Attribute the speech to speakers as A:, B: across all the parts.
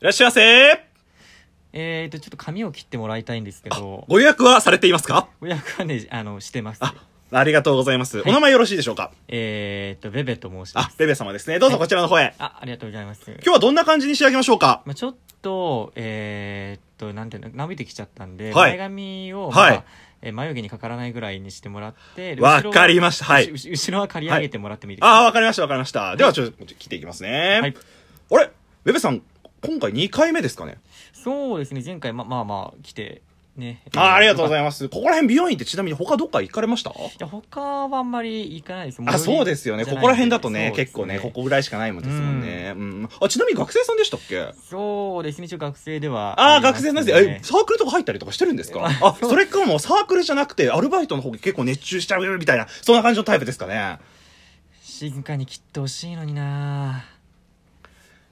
A: いらっしゃいませ
B: えーと、ちょっと髪を切ってもらいたいんですけど、
A: ご予約はされていますか
B: 予約はね、あの、してます。
A: あ、ありがとうございます。
B: い
A: お名前よろしいでしょうか
B: えーと、ベベと申しま
A: あ
B: す。、
A: ベベ様ですね。どうぞこちらの方へ。
B: あ、ありがとうございます。
A: 今日はどんな感じに仕上げましょうか
B: まあちょっと、えーと、なんていうの、伸びてきちゃったんで、
A: はい
B: 前髪を、
A: はい
B: まあえー眉毛にかからないぐらいにしてもらって、
A: わ
B: 後ろ
A: かりましたはい
B: 後後後ろは刈り上げてもらってもいいですか、
A: ああ、わかりました、わかりました。では、ちょっと切っていきますね。
B: はい
A: あれベベさん、今回2回目ですかね
B: そうですね、前回、ま、まあまあ、来て、ね。
A: ああ、ありがとうござ
B: いま
A: います。 ここら辺美容院ってちなみに他どっか行かれました
B: す。いや他はあんまり行かないです。
A: あ、そうですよね。ここら辺だとね、
B: そうです
A: 結構ね、ここぐらいしかないもんですもんね。うん。あ、ちなみに学生さんでしたっけ
B: そうですね、一応学生では
A: ああ、
B: りま
A: 学生
B: すね、
A: なんですね。え、サークルとか入ったりとかしてるんですか
B: あ
A: あ、それかもうサークルじゃなくて、アルバイトの方が結構熱中しちゃうみたいな、そんな感じのタイプですかね。
B: 静かに切ってほしいのにな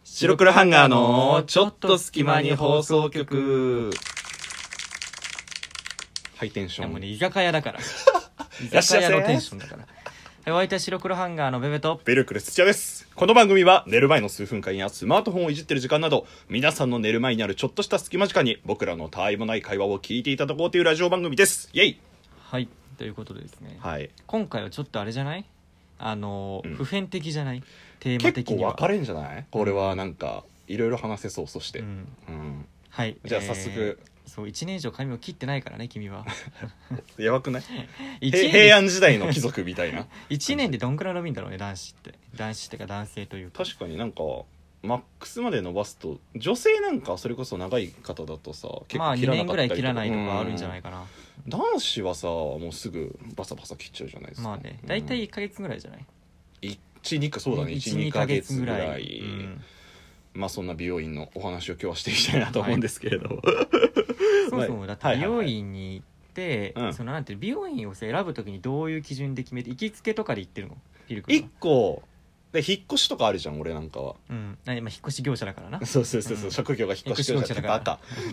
A: 白黒ハンガーの、ちょっと隙間に放送局。ハイテンシ
B: で
A: ョ
B: もう
A: ン。
B: ね、居酒屋だから。 居
A: らっしゃ
B: 酒
A: いませ
B: 屋のテンションだから。はいお相手は白黒ハンガーのベベと、
A: ベルクル土屋です。この番組は寝る前の数分間やスマートフォンをいじってる時間など、皆さんの寝る前にあるちょっとした隙間時間に僕らの他愛もない会話を聞いていただこうというラジオ番組です。イェイ
B: はい、ということでですね、
A: はい。
B: 今回はちょっとあれじゃないあのー、
A: うん
B: 普遍的じゃないテーマ
A: 結
B: 的
A: 構
B: には。
A: 分かれんじゃないこれはなんか、いろいろ話せそう、そして。
B: うん
A: うん
B: はい。
A: じゃあ
B: えー
A: 早速。
B: そう、1年以上髪を切ってないからね、君は。
A: やばくない
B: 一
A: 平
B: 年
A: 平
B: で
A: 安時代の貴族みたい な
B: 一年でどんくらい伸びんだろうね、男子って。男子ってか男性というか。
A: 確かになんかマックスまで伸ばすと女性なんかそれこそ長い方だとさ結
B: まあ
A: 構切
B: 2
A: らなかっ
B: 年ぐ
A: た
B: ら
A: り
B: い切らないとかあるんじゃ
A: か
B: ないかな。
A: 男子はさもうすぐバサバサ切っちゃうじゃないですか
B: まあね、大体1ヶ月ぐらいじゃない
A: 12かそうだね12か月ぐらい、
B: うん
A: まあそんな美容院のお話を今日はしていきたいなと思うんですけれども、
B: そもそもだって
A: はい
B: 美
A: はいはい
B: 容院に行って、
A: うん
B: そのなんていうの美容院をさ選ぶときにどういう基準で決めて行きつけとかで行ってるのピル君
A: 一
B: は、
A: 個で引っ越しとかあるじゃん俺なんかは
B: うん、なにまあ引っ越し業者だからな
A: そうそうそうそう、
B: うん
A: 職業が引っ越し業者って
B: 引っ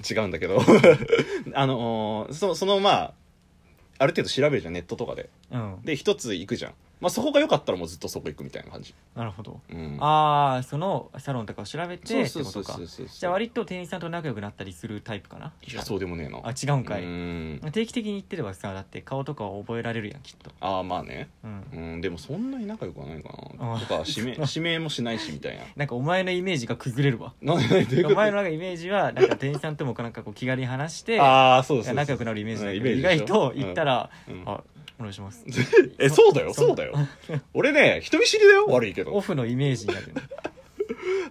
B: 越し
A: バカ
B: 業者だか
A: 違うんだけど あのーそそのまあある程度調べるじゃんネットとかで
B: うん
A: で一つ行くじゃん、まあ、そこが良かったらもうずっとそこ行くみたいな感じ、
B: なるほど
A: うん、
B: ああそのサロンとかを調べてってことか
A: そう
B: じゃあ割と店員さんと仲良くなったりするタイプかない
A: やそうでもねえな
B: あ違うんかい、
A: うん
B: 定期的に行ってればさだって顔とかを覚えられるやんきっと
A: ああまあね
B: うん
A: うんでもそんなに仲良くはないかな
B: あ
A: とか指名 指名もしないしみたい
B: なんかお前のイメージが崩れるわ
A: ななどういう
B: お
A: こと
B: 前のなんかイメージはなんか店員さんともなんかこう気軽に話して
A: ああそうそうそう
B: 仲良くなるイメージだ
A: う
B: け
A: んイ
B: ど
A: メージ
B: 意
A: でしょ
B: 外と行ったら
A: うんうん
B: あお願いします
A: えそうだよそうだよ俺ね人見知りだよ悪いけ
B: オ
A: ど、
B: フのイメージになるよね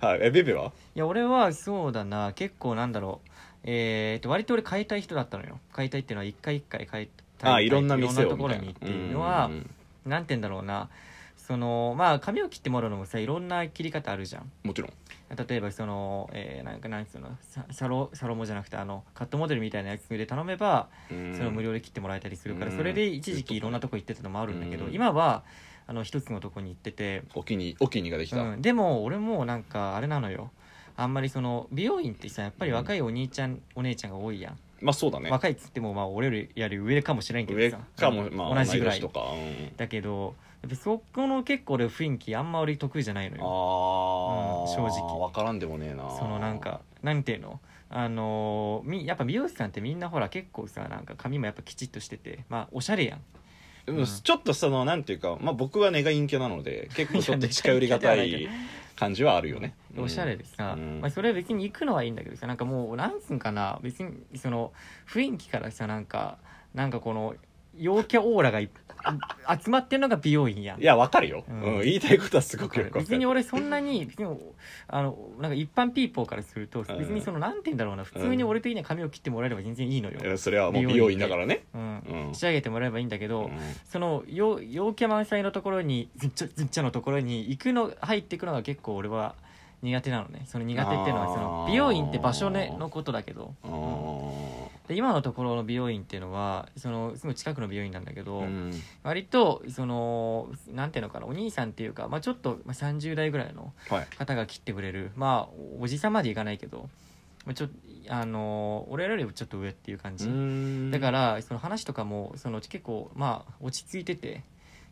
A: はい、えベベはい
B: や俺はそうだな結構なんだろうえー、と割と俺買いたい人だったのよ買いたいっていうのは一回一回買いたい
A: ああいろんな店
B: い
A: を
B: ろんなところにっていうの
A: みたいなう
B: は
A: んうんうん
B: なんて言うんだろうなそのまあ髪を切ってもらうのもさいろんな切り方あるじゃん
A: もちろん
B: 例えばその、えーなんかなんつうのササロサロモじゃなくてあのカットモデルみたいなやつで頼めばそれを無料で切ってもらえたりするから、
A: うん
B: それで一時期いろんなとこ行ってたのもあるんだけど、
A: うん
B: 今はあの一つのとこに行ってて、
A: お気にお気にができた、
B: うん、でも俺もなんかあれなのよあんまりその美容院ってさやっぱり若いお兄ちゃん、お姉ちゃんが多いやん、
A: まあそうだね
B: 若いっつってもまあ俺よりやり上かもしれんけ
A: 上
B: どさ
A: かも、まあ、
B: 同じぐらい
A: 同年とか、うん
B: だけどやっぱそこの結構俺雰囲気あんま俺得意じゃないの
A: ああ
B: ようん正直
A: 分からんでもねえな
B: そのなんかなんていうのあのーみやっぱ美容師さんってみんなほら結構さなんか髪もやっぱきちっとしててまあおしゃれやん
A: うん
B: うん
A: ちょっとそのなんていうか、まあ、僕は願いん家なの で結構ちょっと近寄りがた
B: いや願いん家
A: い
B: で
A: 感じはあるよね、うん
B: おしゃれでさ、
A: うん
B: まあ、それは別に行くのはいいんだけどさなんかもうなんつうんかな別にその雰囲気からさなんかなんかこの陽キャオーラがい 集まってるのが美容院やん
A: いや分かるよ、う
B: うんん
A: 言いたいことはすごくよく分かる
B: 別に俺そんなに別にあのなんか一般ピーポーからすると
A: ん
B: 別にそのなんて言うんだろうな普通に俺的には髪を切ってもらえれば全然いいのよ、
A: うんそれはもう美容院だからね、
B: うん
A: うん
B: 仕上げてもらえばいいんだけ
A: う
B: ど、
A: ん
B: その陽陽キャ満載のところに ずっちゃずっちゃのところに行くの入っていくのが結構俺は苦手なのねその苦手っていうのはその
A: あー
B: 美容院って場所、ね、のことだけど
A: あー
B: で今のところの美容院っていうのはそのすぐ近くの美容院なんだけど、
A: うん
B: 割とそのなんていうのかなお兄さんっていうか、まあ、ちょっとまあ30代ぐらいの
A: はい
B: 方が切ってくれるまあおじさんまでいかないけど、まあ、ちょっとあの俺らよりもちょっと上っていう感じ、だかららその話とかもその結構まあ落ち着いてて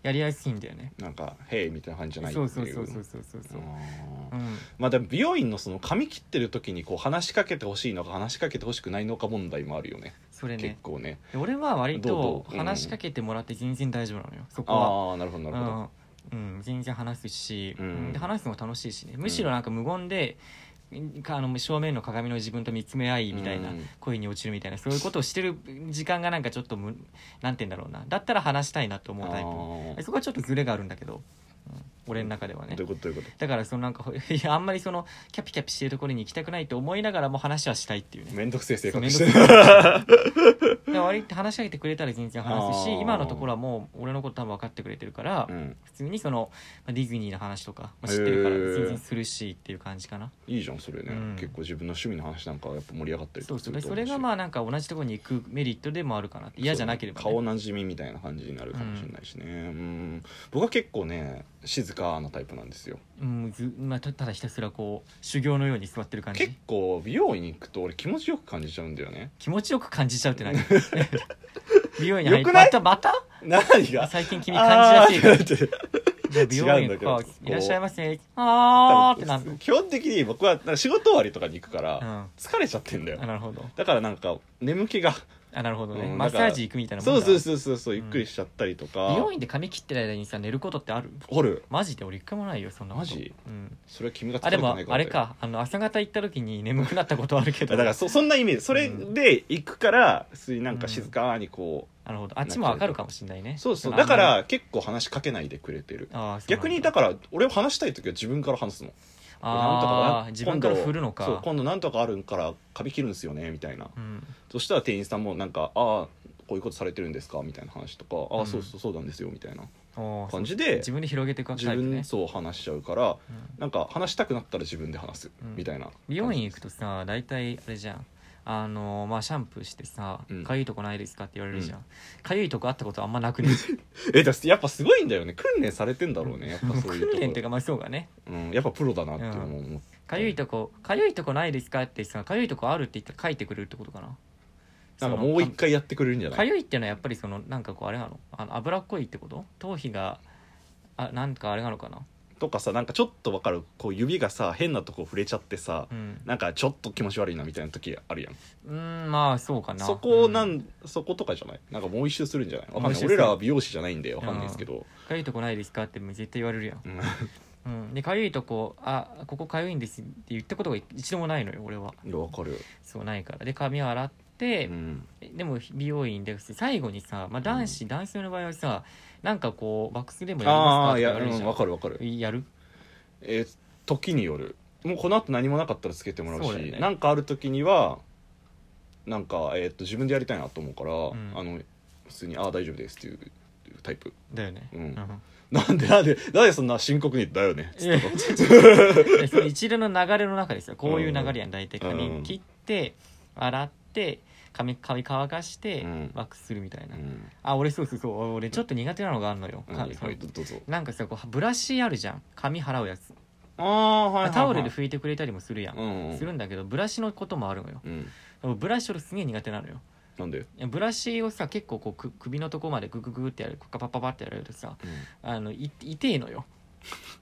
B: やりやすいんだよね
A: なんか「へい」みたいな感じじゃないって
B: そ
A: いう
B: そうそうそうそうそうそう
A: う
B: うんん
A: まあでも美容院のその髪切ってる時にこう話しかけてほしいのか話しかけてほしくないのか問題もあるよね
B: それ
A: 結
B: ね
A: 構ね
B: 俺は割
A: どうど
B: と
A: ううん
B: 話しかけてもらって全然大丈夫なのよそこは
A: ああなるほどなるほど
B: うんうん、全然話すし、
A: うん
B: で話すのも楽しいしねむしろなんか無言で、かあの正面の鏡の自分と見つめ合いみたいな、
A: うん
B: 恋に落ちるみたいなそういうことをしてる時間がなんかちょっとむなんて言うんだろうなだったら話したいなと思うタイ
A: あ
B: プ
A: ー
B: そこはちょっとズレがあるんだけど、うん俺の中ではね
A: どういうことどういうこと
B: だからそのなんか いやあんまりそのキャピキャピしてるところに行きたくないと思いながらも話はしたいっていうね
A: 面倒くせえ生
B: そうめ
A: 活し
B: んど
A: て
B: く
A: る
B: さいだ から割と話しかけてくれたら全然話す
A: あー
B: し今のところはもう俺のこと多分分かってくれてるから、
A: うん
B: 普通にそのまあディズニーの話とか、まあ、知ってるから
A: へー
B: 全然するしっていう感じかな、
A: いいじゃんそれね、
B: うん
A: 結構自分の趣味の話なんかはやっぱ盛り上がったり
B: そ
A: と
B: う
A: かす
B: そう
A: る
B: で
A: と
B: そ
A: 思う
B: れ
A: し
B: がまあなんか同じところに行くメリットでもあるかなって嫌じゃなければ、ね、
A: そうね顔なじみみたいな感じになるかもしれないしね、うん、僕は結構ね静かなタイプなんですよ
B: うんず、まあ、たただひたすらこう修行のように座ってる感
A: 結
B: じ
A: 構美容院に行くと俺気持ちよく感じちゃうんだよ ね
B: 気持ちよく感じちゃう って何美容院に入
A: よ
B: っ
A: く
B: て
A: ない
B: またまた
A: 何が
B: 最近君感じやすいから
A: すい から
B: じゃあ美容
A: 違うんだ
B: 院
A: け
B: か
A: ど
B: ら
A: こう
B: いらっしゃいませあーってなる
A: 基本的に僕はなんか仕事終わりとかに行くか
B: う
A: ら
B: ん
A: 疲れちゃってんだよ、
B: あなるほど
A: だからなんか眠気が
B: あなるほどね、
A: うん
B: マ
A: だ
B: ッ
A: か
B: サ
A: ら
B: ージ行くみたいなもん
A: そ
B: だ
A: うそうそうそうそうゆっくりしちゃったりとか、
B: 美容院で髪切ってる間にさ寝ることってある
A: ある
B: マジで俺一回もないよそんなこ
A: マ
B: と
A: ジ、
B: うん、
A: それは君が疲
B: あ
A: れ
B: で
A: てないから
B: も
A: だよ
B: あれかあの朝方行った時に眠くなったことはあるけ
A: だ
B: ど
A: からそそんなイメージそれで行くから普通になんか静かにこ
B: なるほどあっちもわかるかもしれないね
A: うそうそう
B: の
A: だから結構話しかけないでくれてる
B: あんまりあーそうなんだ
A: 逆にだから俺を話したい時は自分から話すの
B: あー自分から
A: 今度
B: 振るのか
A: そう今度なんとかあるんから髪切るんですよねみたいな
B: うん、
A: そしたら店員さんもなんか「ああこういうことされてるんですか?」みたいな話とか「あ
B: う
A: あ
B: ん
A: そうそうそうなんですよ」みたいな
B: あー
A: 感じで
B: 自分で広げていくタイ
A: 自
B: プ
A: 分
B: ね
A: そう話しちゃうから
B: うん
A: なんか話したくなったら自分で話す
B: うん
A: みたいな
B: 美容院行くとさ大体あれじゃんあのまあシャンプーしてさ
A: うん
B: 「かゆいとこないですか?」って言われるじゃんかゆ、いとこあったことあんまなくね
A: えだってやっぱすごいんだよね訓練されてんだろうねやっぱそういうとこ
B: 訓練っていうかまあそうかね
A: うん、やっぱプロだなっていうのも思っ
B: かゆいとこかゆいとこないですかってさかゆいとこあるって言ったら書いてくれるってことかな
A: なんか
B: その
A: もう一回やってくれるんじゃ
B: か
A: ない
B: ゆいっていうのはやっぱりそのなんかこうあれなのあの脂っこいってこと頭皮があなんかあれなのかな
A: とかさなんかちょっとわかるこう指がさ変なとこ触れちゃってさ
B: うん
A: なんかちょっと気持ち悪いなみたいな時あるやん
B: うーんまあそうかな
A: そこなん、
B: うん
A: そことかじゃないなんかもう一周するんじゃないわか
B: も
A: ん
B: う
A: な
B: 一周
A: い
B: する
A: 俺らは美容師じゃないんでわかんないですけど、
B: かゆいとこないですかってもう絶対言われるやん、
A: うん
B: うん、でかゆいとこあここかゆいんですって言ったことが一度もないのよ俺はい
A: やわかる、
B: そうないからで髪を洗って、
A: うん、
B: でも美容院で最後にさ、まあ、男子、男性の場合はさなんかこうワックスでもやり
A: あ
B: ま
A: あ
B: すかって
A: い
B: 言
A: や
B: われるじ
A: う
B: ゃ
A: ん
B: ん
A: わかるわかる
B: やる
A: えー時によるもうこの後何もなかったらつけてもらうし
B: そうだよね
A: なんかある時にはなんか、えー、と自分でやりたいなと思うから、
B: ん
A: あの普通に「ああ大丈夫です」っていうタイプ
B: だよね
A: うん
B: ん
A: なんでなんでなんでそんな深刻にだよね
B: いやいやその一連の流れの中ですよこういう流れやん大体
A: うん
B: 髪切って洗って髪髪乾かして、
A: うん
B: ワックスするみたいな、
A: うん
B: あ俺そうそうそう俺ちょっと苦手なのがあるのよ、
A: うん
B: か
A: はい
B: その
A: はいどどうぞ
B: なんかさこうブラシあるじゃん髪払うやつ、
A: ああは
B: まあ
A: い
B: タオルで拭いてくれたりもするやん、
A: うんうん
B: するんだけどブラシのこともあるのよ
A: うん
B: ブラシ俺すげえ苦手なのよ
A: なんで
B: いやブラシをさ結構こうく首のとこまでグググってやるパパパパってやられるとさあのい痛えのよ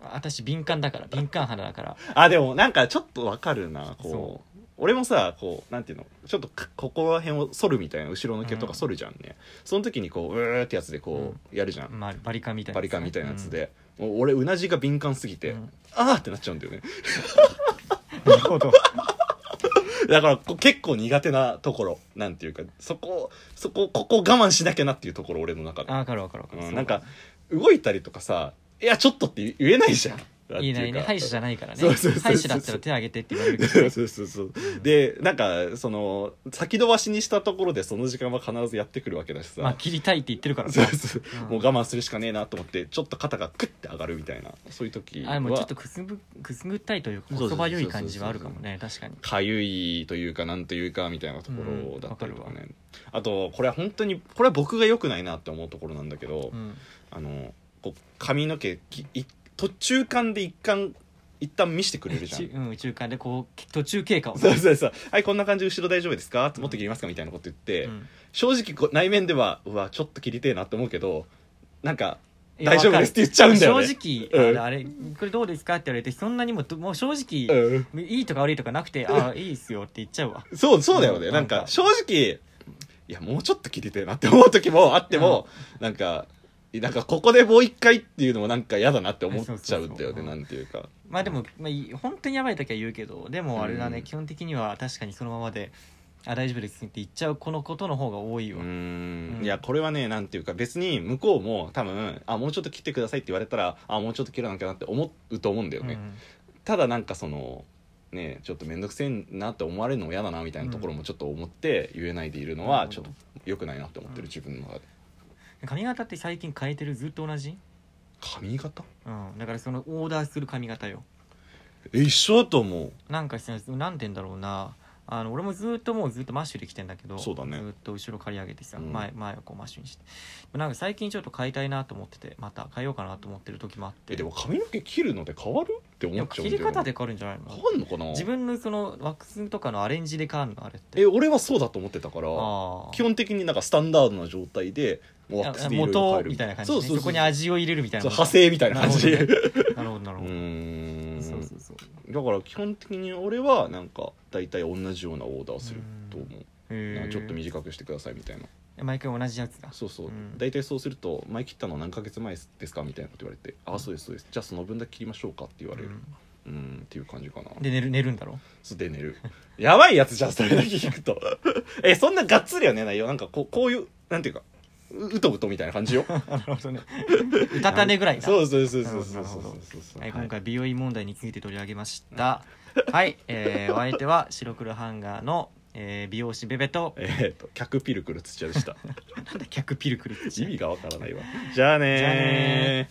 B: あ私敏感だから敏感肌だから
A: あでもなんかちょっとわかるな
B: そ
A: こう俺もさこうなんていうのちょっとかここら辺を剃るみたいな後ろの毛とか剃るじゃんね、その時にこううーってやつでこうやるじゃん、
B: まあ、バリカンみたいな
A: バリカンみたいなやつ、で、もう俺うなじが敏感すぎて、
B: うん
A: あーってなっちゃうんだよね
B: うんなるほど
A: だからこう結構苦手なところなんていうかそこそこここ我慢しなきゃなっていうところ俺の中で
B: あ分かる分かる分かる、
A: うん、なんか動いたりとかさ「いやちょっと」って言えないじゃん。
B: 言えないね歯医者じゃ
A: ん
B: ないからね
A: そうそうそうそう
B: 歯医者だったら手挙げてって言われるけ ど
A: そ
B: ね
A: うそうそうそうでなんかその先延ばしにしたところでその時間は必ずやってくるわけだしさ、
B: まあ切りたいって言ってるから
A: そう
B: さ
A: そう
B: うん
A: もう我慢するしかねえなと思ってちょっと肩がクッて上がるみたいなそういう時
B: あでもちょ
A: は
B: っとくすぐくすぐったいというか
A: そうそう
B: そばよい感じはあるかもね確かに
A: かゆいというかなんというかみたいなところだったりとかね、
B: うんわか
A: あとこれは本当にこれは僕が良くないなって思うところなんだけど、
B: うん
A: あのこう髪の毛きい途中間で一貫一旦見せてくれるじゃ ん
B: ちうん中間でこう途中経過をね
A: そうそうそうはいこんな感じ後ろ大丈夫ですかもっと切りますかみたいなこと言って、
B: うん
A: 正直こう内面ではうわちょっと切りてえなって思うけどなんか
B: いや
A: 大丈夫ですって言っちゃうんだよね
B: 正
A: うん
B: 直、あのあれこれどうですかって言われてそんなにもどもう正直、
A: うん
B: いいとか悪いとかなくてああいいっすよって言っちゃうわ
A: そうそうだよね、
B: うん
A: なんか
B: なんか
A: 正直いやもうちょっと切りてえなって思う時もあっても、なんかなんかここでもう一回っていうのもなんか嫌だなって思っちゃうんだよ
B: そうそうそ
A: ね
B: う
A: なんていうか
B: まあでも、まあ、いい本当にやばい時は言うけどでもあれだね、
A: うん
B: 基本的には確かにそのままで「あ大丈夫です」って言っちゃう子のことの方が多いわ、
A: うーん
B: うん
A: いやこれはねなんていうか別に向こうも多分あもうちょっと切ってくださいって言われたらあもうちょっと切らなきゃなって思うと思うんだよね、
B: うん
A: ただなんかそのねちょっと面倒くせえなって思われるのも嫌だなみたいなところもちょっと思って言えないでいるの
B: う
A: は
B: ん
A: ちょっと良くないなって思ってる自分の中で
B: 髪型って最近変えてるずっと同じ、
A: 髪型
B: うん、だからそのオーダーする髪型よ
A: え一緒だと思う
B: なんかしてなんて言うんだろうなあの俺もずっともうずっとマッシュで来てんだけど
A: そうだね
B: ずっと後ろ刈り上げてさ、
A: うん
B: 前前をこうマッシュにしてなんか最近ちょっと変えたいなと思っててまた変えようかなと思ってる時もあって
A: えでも髪の毛切るので変わるって
B: で
A: 思
B: も
A: っちゃう
B: 切
A: んだ
B: り
A: よ、ね、
B: 方で変わるんじゃないの
A: 変わんのかな
B: 自分のそのワックスとかのアレンジで変わるのあれって
A: え俺はそうだと思ってたから
B: あー
A: 基本的になんかスタンダードな状態でもうワックスで色々変え
B: 元
A: る
B: みたいな感じ、
A: そ
B: ね、
A: う
B: そ
A: そうそう
B: こに味を入れるみたいな
A: そう
B: こと
A: 派生みたいな感じ
B: なる ほなるほどなる
A: う
B: ほど、
A: ーん
B: そうそうそう
A: だから基本的に俺はなんか大体同じようなオーダーすると思うなん
B: へ
A: か
B: ー
A: ちょっと短くしてくださいみたいな
B: 毎回同じやつだ
A: そうそう、
B: うん
A: 大体そうすると「前切ったの何ヶ月前ですか?」みたいなこと言われて「ああそうですそうですじゃあその分だけ切りましょうか」って言われるうんっていう感じかな
B: うんで寝る寝るんだろ
A: そうで寝るやばいやつじゃんそれだけ聞 くとえそんながっつりはねないよなんかこうこういうなんていうかううとうとみたいな感じ よ
B: なるほどねうたたねぐらいだ
A: そうそうそうそうそうそう
B: なるほど
A: そうそう
B: はい、
A: はい
B: 今回美容院問題について取り上げました。はい、えー、お相手は白黒ハンガーの、えー、美容師ベベと、
A: えーっと客ピ ルクル土屋でした
B: なんだ客ピルクルって
A: 意味がわからないわじゃあねー
B: じゃあね